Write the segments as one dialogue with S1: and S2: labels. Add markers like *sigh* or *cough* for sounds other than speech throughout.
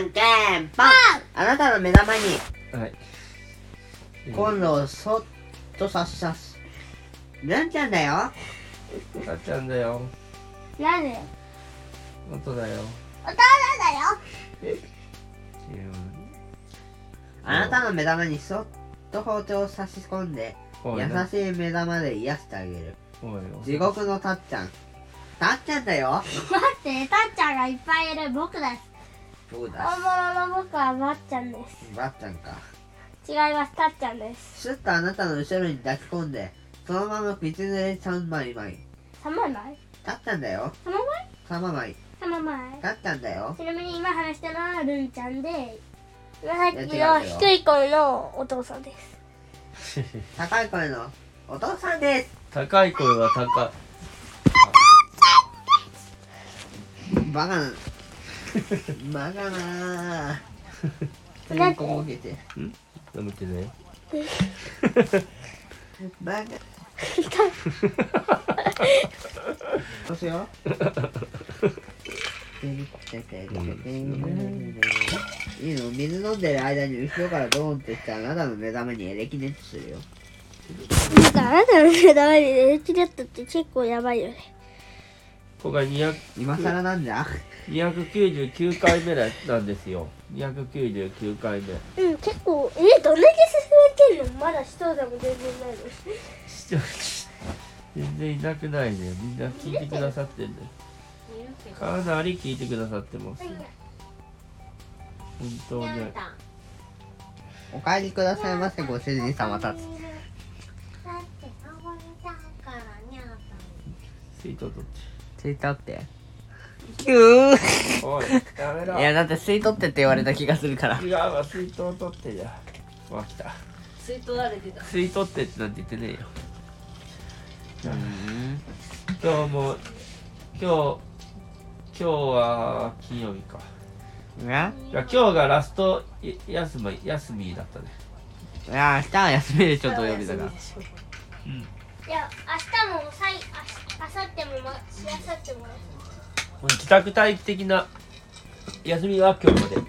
S1: ンパンあなたの目玉に
S2: はい。
S1: 今度をそっと差し刺すルンちゃんだよ
S2: なっちゃんだよ。
S3: なんで
S2: 本当だよ。
S3: お父さ
S2: いや
S1: あなたの目玉にそっと包丁を差し込んで
S2: おい
S1: 優
S2: な
S1: しい目玉で癒してあげる
S2: おいおい
S1: 地獄のたっちゃんたっちゃんだよ
S3: んだよ待ってたっちゃんがいっぱいいる僕です
S1: そうだ
S3: 本物の僕はまっちゃんで
S1: ばっちゃんか
S3: す違いますたっちゃんです
S1: シュッとあなたの後ろに抱き込んでそのまま口濡れ3枚枚
S3: 三枚前
S1: たっちゃんだよ
S3: 三枚前
S1: 3枚
S3: 三枚前
S1: たっちゃんだよ
S3: ちなみに今話したのはルンちゃんで今さっき
S1: いや
S3: の
S1: 違うよ
S3: 低い声のお父さんです
S1: 高い声のお父さんです
S2: 高い声は高い。
S1: バカなバカな
S3: なん
S1: てんこもけて
S2: 飲むけね。
S1: バカどうしよういいの水飲んでる間に後ろからドーンってしてあなたの目覚めにエレキネットするよ
S3: なんかあなたの目玉にエレキレットって結構やばいよね
S2: これが200
S1: 今更なんじゃ
S2: 299回目だなんですよ。299回目。
S3: うん結構えどんだけ進めてんのまだ一人でも全然ないの
S2: 全然いなくないね。みんな聞いてくださってるね。かなり聞いてくださってます。本当に。
S1: お帰りくださいませご主人様たち
S4: だってあわれたからにゃーたん
S2: ツイート取っ
S1: ツイートってキュー
S2: て。おい、やめろ。
S1: いやだって吸い取ってって言われた気がするから
S2: 違うわ、水筒取ってじゃ。わ、来た。
S5: 吸い取られてた
S2: 水筒取ってってなんて言ってねえよ。今日も、今日、今日は金曜日か。
S1: うんね
S2: いや今日がラストい休み休みだったね。
S1: いや明日は休みでちょっと曜日だから
S3: いや明日もさいあさってもましあさっても
S2: 自宅待機的な休みは今日まで。というこ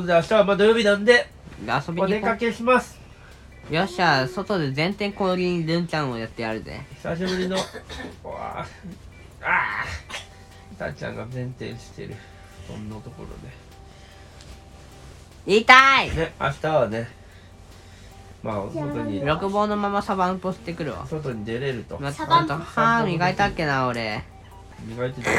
S2: とで明日はまあ土曜日なんで
S1: 遊び
S2: お
S1: に
S2: 出
S1: 行こ
S2: か
S1: う
S2: けします。
S1: よっしゃ外で全店氷にルンちゃんをやってやるぜ
S2: 久しぶりの。うわああー。たっちゃんが前転してる。そんなところで。
S1: 痛い
S2: ね、明日はね、まあ、外に、
S1: 六棒のままサバンポしてくるわ
S2: 外に出れると。
S1: また
S3: サバ
S1: ほ
S3: ン
S1: んと歯磨いたっけな俺
S2: 磨いてて、めっ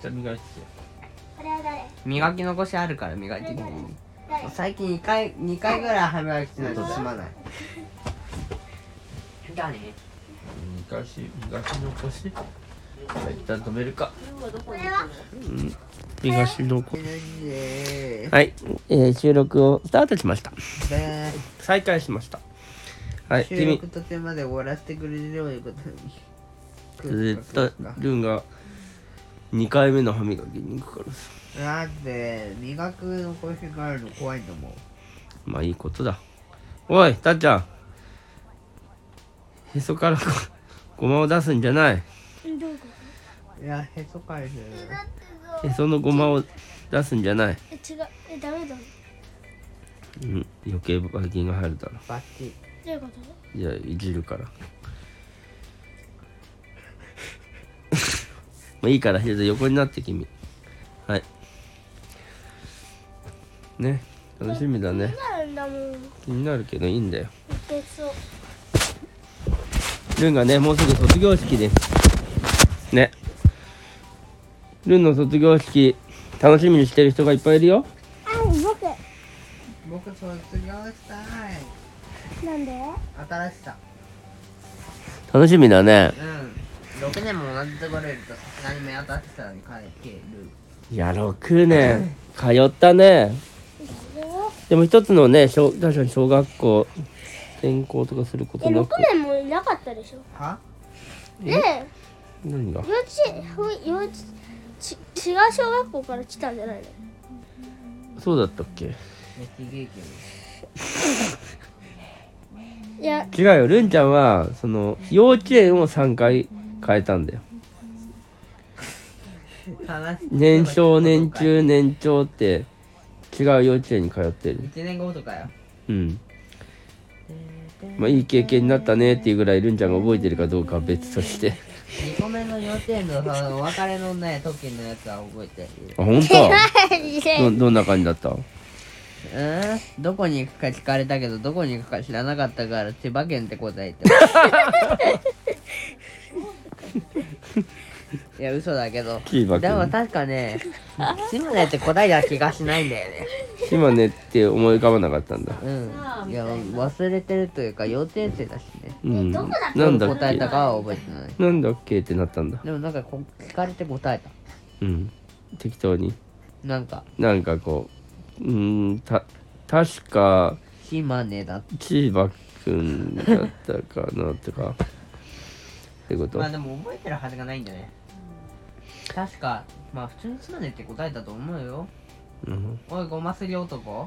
S2: ちゃ磨いて
S3: これは誰
S1: 磨き残しあるから磨いてくる
S3: 誰
S1: 最近2回二回ぐらい歯磨きしないと済まない
S5: 誰
S2: て。磨し、磨き残し。はい一旦止めるか。
S5: 今どこにい
S2: 磨
S1: 死
S2: し残
S1: ぬんで
S2: はい、えー収録をスタートしました。
S1: ーで
S2: 再開しました。はい、
S1: 収
S2: 君
S1: 録途中まで終わらせてくれるようにことに
S2: ずっとルンが2回目の歯磨きに行くからさ
S1: だって磨く残しがあるの怖いんだもん
S2: まあいいことだ。おい、たっちゃん。へそからごごまを出すんじゃない。
S3: どういうこ
S1: いやへそかいす
S2: へそのごまを出すんじゃない。
S3: とえ違うえダメだど
S2: うん、余計ばい菌が入るだろ。
S1: バッチリ
S3: ういうこ
S2: じゃあ、いじるから。 *laughs* まあいいから、ひで横になって、君。はい。ね、楽しみだね
S3: と。なんだもん
S2: 気になるけどいいんだよ。
S3: けそう
S2: ルンがね、もうすぐ卒業式です。ね。ルンの卒業式、楽しみにしてる人がいっぱいいるよ。
S3: あ僕
S1: 僕卒業したい
S3: なんで
S1: 新しさ
S2: 楽しみだね。
S1: うん6年も同じところいるとさすがに目新しさに変えてる
S2: いや、6年、通ったね。でも一つのね、小確かに小学校、転校とかすること
S3: え
S2: な
S3: 6
S2: く。
S3: 年もいなかったでしょ
S1: は
S3: ね
S2: 何が
S3: え幼稚園ふ幼稚ち違う小学校から来たんじゃないの
S2: そうだったっけ
S1: めっちゃ元
S3: いや
S2: 違うよ、ルンちゃんは、その、幼稚園を3回変えたんだよ。
S1: 気悲しい
S2: 年少、年中、年長って、違う幼稚園に通ってる
S1: 1年後とかよ
S2: うんまあいい経験になったねっていうぐらいるんちゃんが覚えてるかどうかは別として
S1: 2個目の幼稚園のそのお別れのね時のやつは覚えている
S2: あ本当どどんな感じだった
S1: うーんどこに行くか聞かれたけどどこに行くか知らなかったから千葉県って答え *laughs* てますいや嘘だけど
S2: 千葉県
S1: でも確かね島根って答えた気がしないんだよね
S2: 島根って思い浮かばなかったんだ
S1: うんいや忘れてるというか幼稚園生だしね
S2: うん
S3: どこだっけ
S2: なんだ
S1: どう
S2: っ
S1: 答え
S2: け
S1: たかは覚えてない
S2: なんだっけってなったんだ
S1: でもなんかこう聞かれて答えた
S2: うん適当に
S1: なんか
S2: なんかこううーんた確か
S1: 島根だって
S2: 千葉くんだったかなとかってこと、
S1: まあでも覚えてるはずがないんだね確かまあ普通に島根って答えたと思うよ
S2: うん、
S1: おいごますり男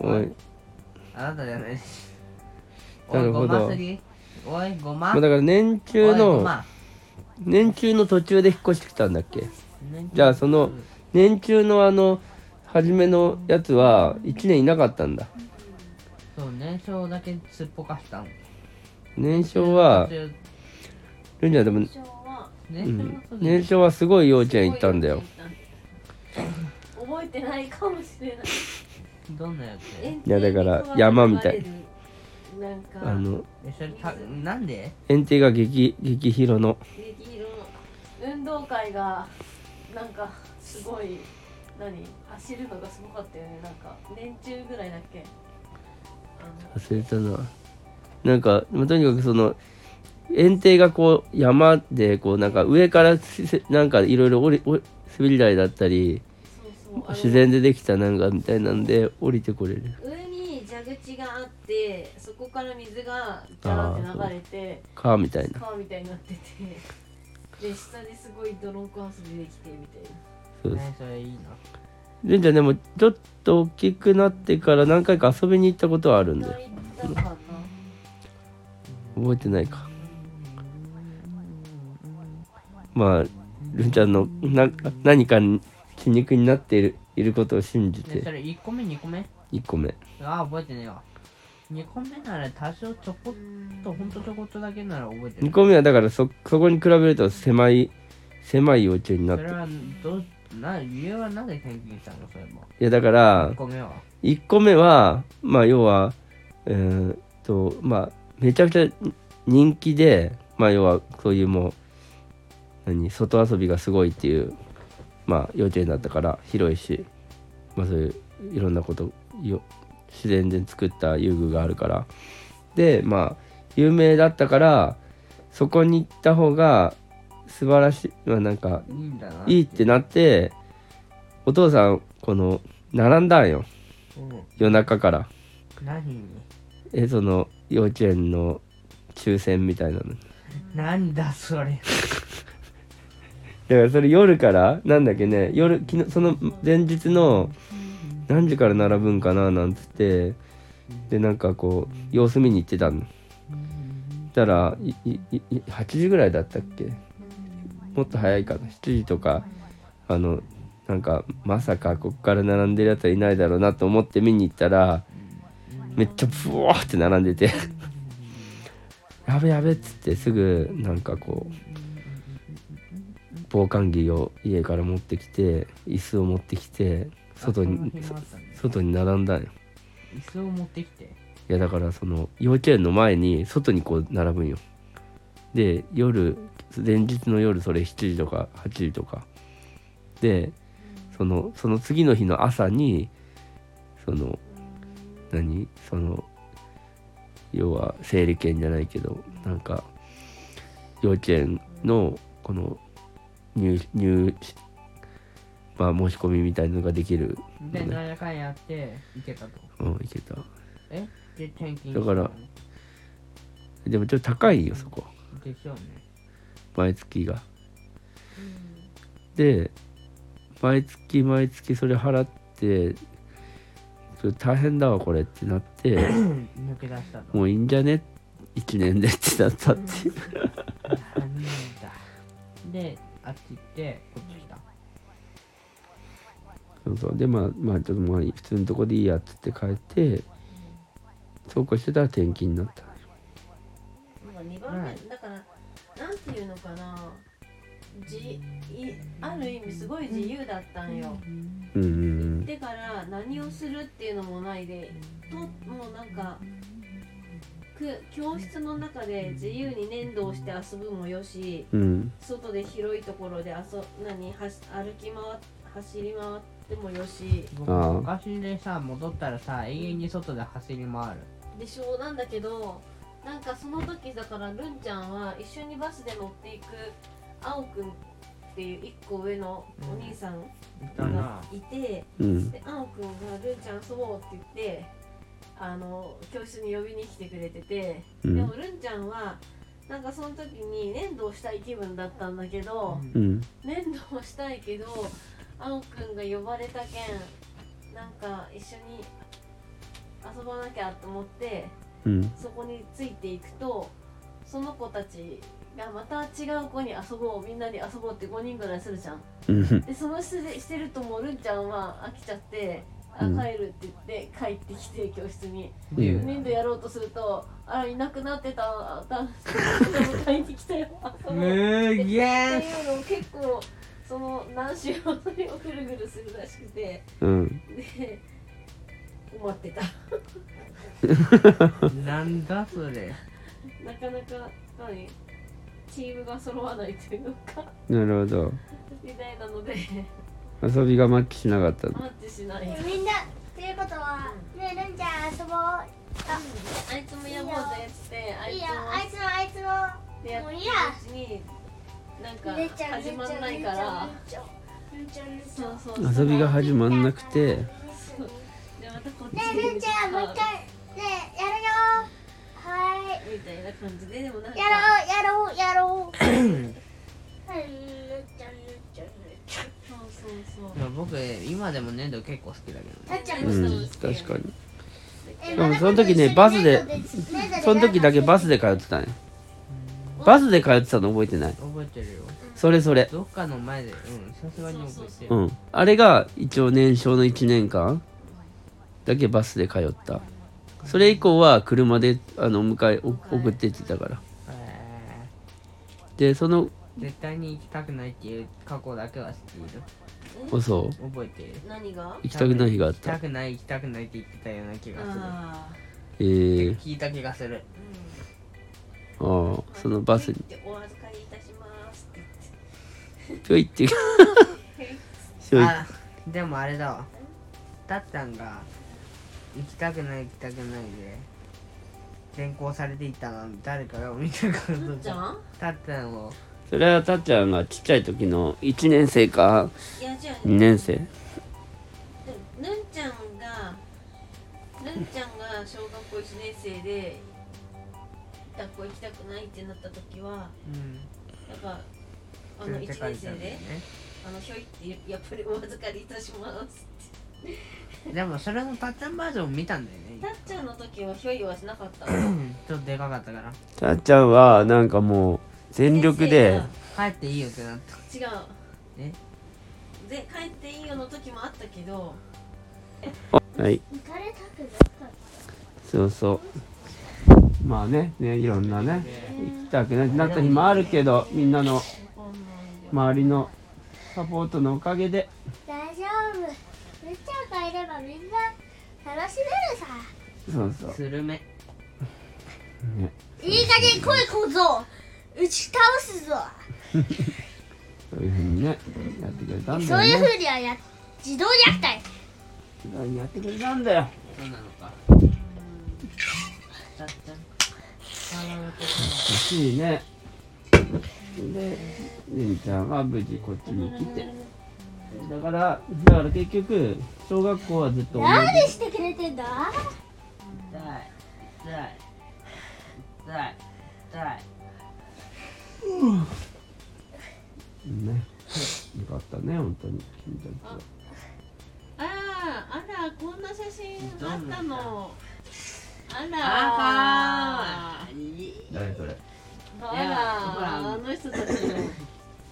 S2: おい
S1: あなたじゃないしお
S2: *laughs* ないる
S1: ご
S2: ほど
S1: ますりおいごま
S2: まあだから年
S1: お
S2: 中
S1: いご
S2: の
S1: ま
S2: 年中の途中で引っ越してきたんだっけじゃあその年中のあの初めのやつは1年いなかったんだ
S1: そう年少だけすっぽかしたの
S2: 年少は
S1: で
S2: ルンジャーでも、う
S1: 年
S2: ん
S1: 少、
S2: 年少はすごい幼稚園行ったんだよ
S6: 覚えてないかもしれない
S1: どんなやつえ
S6: い
S2: やだから山みたい
S6: なんか
S2: あの
S1: それたなんで
S2: 園庭が激激広の
S6: 激広の運動会がなんかすごい何走るのがすごかったよねなんか年中ぐらいだっけあ
S2: 忘れたななんかまあとにかくその園庭がこう山でこうなんか上からせせなんかいろいろ降り降り滑り台だったり
S6: のそうそうあの
S2: 自然でできたなんかみたいなんで降りてこれる
S6: 上に蛇口があってそこから水がジャーって流れて
S2: 川みたいな
S6: 川みたいになっててで下ですごいドロンコ遊びできてみたいな
S2: そうです
S1: ねそれいいな
S2: 純ちゃんでもちょっと大きくなってから何回か遊びに行ったことはあるんだよ
S6: 大体かな
S2: 覚えてないかまあルンちゃんのな何かに血肉になっているいることを信じ
S1: でそ
S2: て
S1: れ1個目2個目
S2: 1個目
S1: ああ覚えてねえわ2個目なら多少ちょこっとほんとちょこっとだけなら覚えて
S2: 2
S1: る
S2: 個目はだからそそこに比べると狭い狭い幼稚園にな
S1: そ
S2: って
S1: れ
S2: る
S1: はどうな理由はなぜ転勤したのそれも
S2: いやだから
S1: 2個目は
S2: 1個目はまあ要はえーっとまあめちゃくちゃ人気でまあ要はそういうもう何外遊びがすごいっていうまあ幼稚園だったから広いしまあそういういろんなことよ自然で作った遊具があるからでまあ有名だったからそこに行った方が素晴らしいまあなんか
S1: いいんだない
S2: いってなってお父さんこの並んだんよ
S1: うん
S2: 夜中から
S1: 何に
S2: えその幼稚園の抽選みたいなのだか
S1: なんだそれ
S2: らそれ夜からなんだっけね夜昨日その前日の何時から並ぶんかななんつってでなんかこう様子見に行ってたのしたらいいいい8時ぐらいだったっけもっと早いかな7時とかあのなんかまさかこっから並んでるやつはいないだろうなと思って見に行ったらめっちゃブワーって並んでてやべやべっつってすぐなんかこう防寒着を家から持ってきて椅子を持ってきて外に
S1: あそんな暇あったんだ
S2: そ外に並んだんよ
S1: 椅子を持ってきて
S2: いやだからその幼稚園の前に外にこう並ぶんよで夜前日の夜それ7時とか8時とかでそのその次の日の朝にその何その要は整理券じゃないけどなんか幼稚園のこの入入まあ申し込みみたいのができる、
S1: で何やかんやって行けたと
S2: うん、いけた
S1: えで転勤した
S2: だ
S1: の
S2: からでもちょっと高いよそこ
S1: でしょうね
S2: 毎月が。で毎月毎月それ払ってちょっと大変だわこれってなって
S1: 抜け出したと
S2: もういいんじゃね1年でってなったっていう
S1: なんだであっち行ってこっち来た
S2: そうそうでまあまあちょっとまあ普通のとこでいいやっつって帰ってそうこうしてたら転勤になった
S6: なんか2番目、だからなんていうのかなじいある意味すごい自由だったんよ、
S2: うんう
S6: 行っ
S2: ん
S6: てから何をするっていうのもないでともうなんかく教室の中で自由に粘土をして遊ぶもよし
S2: うんうん
S6: 外で広いところで遊何はし歩き回っ走り回ってもよし
S1: 僕
S2: ああ
S1: 昔でさ戻ったらさ永遠に外で走り回る
S6: でしょうなんだけどなんかその時だからるんちゃんは一緒にバスで乗っていくあおくんっていう1個上のお兄さん
S1: いたな、
S6: いて、
S2: うん
S6: であおくんが「るんちゃん遊ぼう」って言ってあの教室に呼びに来てくれてて、
S2: うん
S6: でもるんちゃんはなんかその時に粘土をしたい気分だったんだけど、
S2: うん
S6: 粘土をしたいけどあおくんが呼ばれたけんなんか一緒に遊ばなきゃと思って。
S2: うん
S6: そこについていくとその子たちがまた違う子に遊ぼうみんなで遊ぼうって5人ぐらいするじゃん
S2: うん
S6: でそのしてしてるともうるんちゃんは飽きちゃって「あ
S2: うん
S6: 帰る」って言って帰ってきて教室に
S1: 自由な
S6: 粘土やろうとすると「あいなくなってたあだ *laughs* 帰ってきたよ遊ぼう」っ
S1: むげー
S6: ていうのを結構その何周もそれをぐるぐるするらしくて
S2: うん
S6: で困ってた。
S1: なんだそれ
S6: なかなか何チームが揃わないというか
S2: なるほど
S6: みたいなの *laughs* で
S2: 遊びがマッチしなかった
S6: マッチしない
S3: えみんなということはねえるんちゃん遊ぼうあ
S6: あいつもやぼうぜっつってあ
S3: い
S6: い
S3: い
S6: つ
S3: よ
S6: も
S3: あいつもあいつも
S6: でやって
S3: もう
S6: る
S3: いういや
S6: ちになんか
S3: るんちゃん
S6: 始
S3: るん
S6: ま
S3: ちゃ
S6: ん
S3: ん
S6: ないから
S3: るんちゃんるんち
S6: そ
S3: ゃん
S6: うそうそう
S2: 遊びが始まんなくて
S6: でまたこっち
S3: ねえるんちゃんもう一回ねえやるよは
S6: みたいな感じででもなん
S3: ーい
S6: か
S3: やろうやろうやろうはいるんちゃんるんちゃんるんちゃん
S6: そうそう
S1: いや僕今でも粘土結構好きだけど
S3: たっちゃん
S2: う
S3: も好き
S2: ん確かにで
S3: え
S2: も
S3: まだ
S2: その時ね
S3: 今度
S2: バスで
S3: 一緒に粘土で
S2: その時だけバスで通ってたねバスで通ってたの覚えてない
S1: 覚えてるよ
S2: それそれ
S1: どっかの前でうんさすがに覚えて
S2: う
S1: る
S2: んあれが一応年少の1年間だけバスで通ったそれ以降は車であの迎えお送ってってたから
S1: へ
S2: でその
S1: ー絶対に行きたくないっていう過去だけは知っている
S2: こそ
S1: 覚えてる
S6: 何が
S2: 行きたくない日があっ
S1: 行きた
S2: た
S1: くない行きたくないって言ってたような気がする
S6: ああ
S2: えー、
S1: 聞いた気がする
S2: ああそのバスに
S6: お預かりいたしますって
S2: ちょいって *laughs* ちょい
S1: あでもあれだわたっちゃんが行きたくない行きたくないで転校されていったの誰かが見たから
S6: るんちゃん
S1: たっちゃんを
S2: それはたっちゃんがちっちゃい時の1年生か
S6: いやじゃあ
S2: 2年生
S6: でもぬんちゃんがぬんちゃんが小学校1年生で学校行きたくないってなった時は
S1: うん
S6: やっぱあ
S1: 連
S6: の1
S1: れて
S6: 年
S1: 帰った
S6: 生
S1: んだよ
S6: で
S1: ね
S6: 「あのひょい」ってやっぱりお預かりいたします
S1: でもそれのたっちゃんバージョンを見たんだよ
S6: た
S1: ね
S6: っちゃんの時はひょいはしなかった
S1: うんちょっとでかかったから
S2: たっちゃんはなんかもう全力で
S1: 帰っていいよってなった
S6: 違う
S1: え
S6: で帰っていいよの時もあったけど
S2: はい
S3: 行かれたくなかった
S2: そうそうまあねねいろんなね行きたくなくなった日もあるけどみんなの周りのサポートのおかげで
S3: 大丈夫るっちゃんがいればみんな楽しめるさ
S2: そうそう、
S1: スルメ
S2: ね、
S3: いい加減声こぞ打ち倒すぞ
S2: そういうふうにねやってくれたん
S3: そう
S2: だ
S3: い
S2: よ
S3: う
S2: ね
S3: ふうにはや自動虐待
S2: そういうふうにやってくれたんだよ
S1: そうなのか
S6: たっちゃん笑うと
S2: 欲しいねでねんちゃんは無事こっちに来てだからだから結局小学校はずっと同じ
S3: 何してくれてんだ
S1: 痛い痛い痛い痛い
S2: ねよかったね本当に君たちは
S6: あああらこんな写真あったのあら
S1: あかーい
S2: 誰それ
S6: あらあの人たちの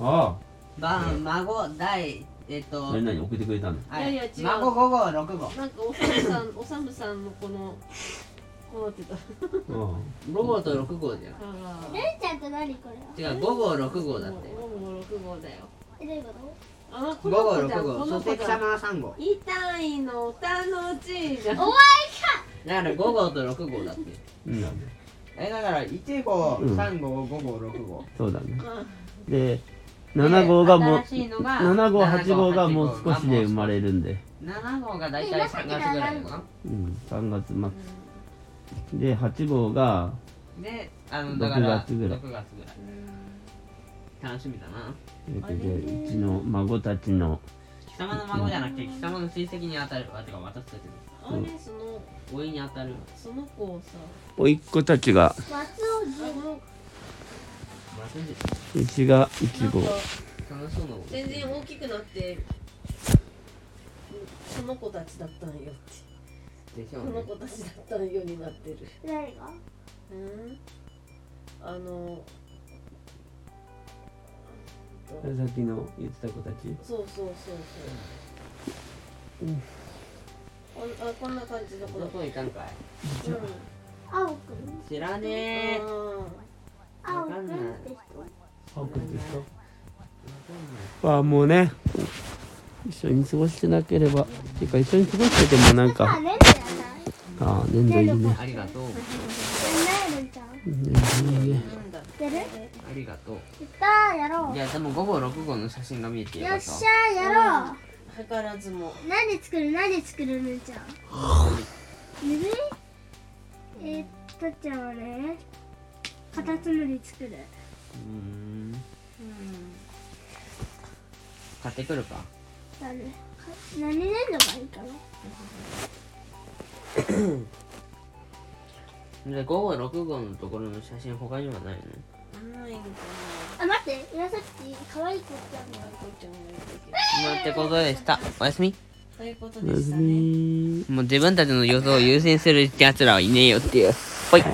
S2: ああ
S1: ば孫第えっと
S2: 何何送ってくれたの
S1: はい
S6: いやいや違う
S1: 孫5号6号
S6: なんかおさむさんおさむさんのこのこうなってた
S2: あ
S1: 5号と6号じゃな
S6: 歯が
S3: れんちゃんと何これ
S1: い違う5号6号だって
S6: 五号六号だよ
S3: えどういうこと
S6: あこ
S1: 5
S6: の
S1: 号
S6: 子じゃ
S1: 6
S6: んこ
S1: 号
S6: の
S1: ソ
S6: 子
S1: テ
S6: じ
S1: ク
S6: ゃん
S1: 様3号
S6: 2単位の歌のうちじゃん
S3: お前
S1: だから5号と6号だって
S2: うんだね
S1: えだから1号
S2: うん
S1: 3号5号6号
S2: そうだねで7号がもう
S1: 新しいのが
S2: 7号8号が
S1: 7
S2: もう少しで生まれるんで、
S1: 7号が大体3月ぐらいかな
S2: うん、3月末で8号が
S1: であのだから
S2: 6月ぐらい
S1: 6月ぐらい楽しみだな
S2: えっとでうちの孫たちの
S1: 貴様の孫じゃなくて貴様の親戚に当たるあてか私たちの
S6: あれその
S1: おいに当たる
S6: その子さ
S2: 甥っ子たちが
S3: 松尾
S6: あの
S1: マジで
S2: うちが1
S6: なん
S2: 号
S6: か
S1: 楽しそうなこと
S6: 全然大きくなってその子たちだったんよって
S1: でしょ
S6: こ
S1: う
S6: の
S1: ね
S6: 子たちだったんよになってる
S3: 何が
S6: うんあの
S2: さっきの言ってた子たち
S6: そうそうそうそう、こんあこんな感じの子だ
S1: ど
S6: った、
S1: こ行かんかい
S6: うん
S3: 青くん
S1: 知らねえわ
S3: 青くんって人
S2: 青くんですかまあもうね一緒に過ごしてなければっていうか一緒に過ごしててもなん
S3: あ、
S2: か
S3: レンちゃんない
S2: ああ粘土いるね
S1: かんないありがとう
S3: えないレンちゃん
S2: 粘土いるね
S6: なんだ
S3: やるやっ
S1: ありがとう
S3: たーやろ
S1: いやでも午後6号の写真が見えて
S3: う
S1: よ
S3: よ
S1: か
S3: っ
S1: っ
S3: したゃーやろう
S6: 図らずも
S3: 何作る何作るレンちゃんぬるいえー、とっちゃんはねカタツムリ作る
S1: うーん買ってくるか
S3: だねか何年度がいいかな
S1: で午後6号のところの写真他にはないの
S6: ないのか
S3: あ、待って紫可愛い子ちゃんだ
S6: なあいこちゃんがいるけ
S1: まあってことでしたおやすみ
S6: どということ
S2: お
S6: で
S2: や
S6: し
S2: す
S6: たね
S2: み
S1: もう自分たちの予想を優先する奴らはいねえよっていうほい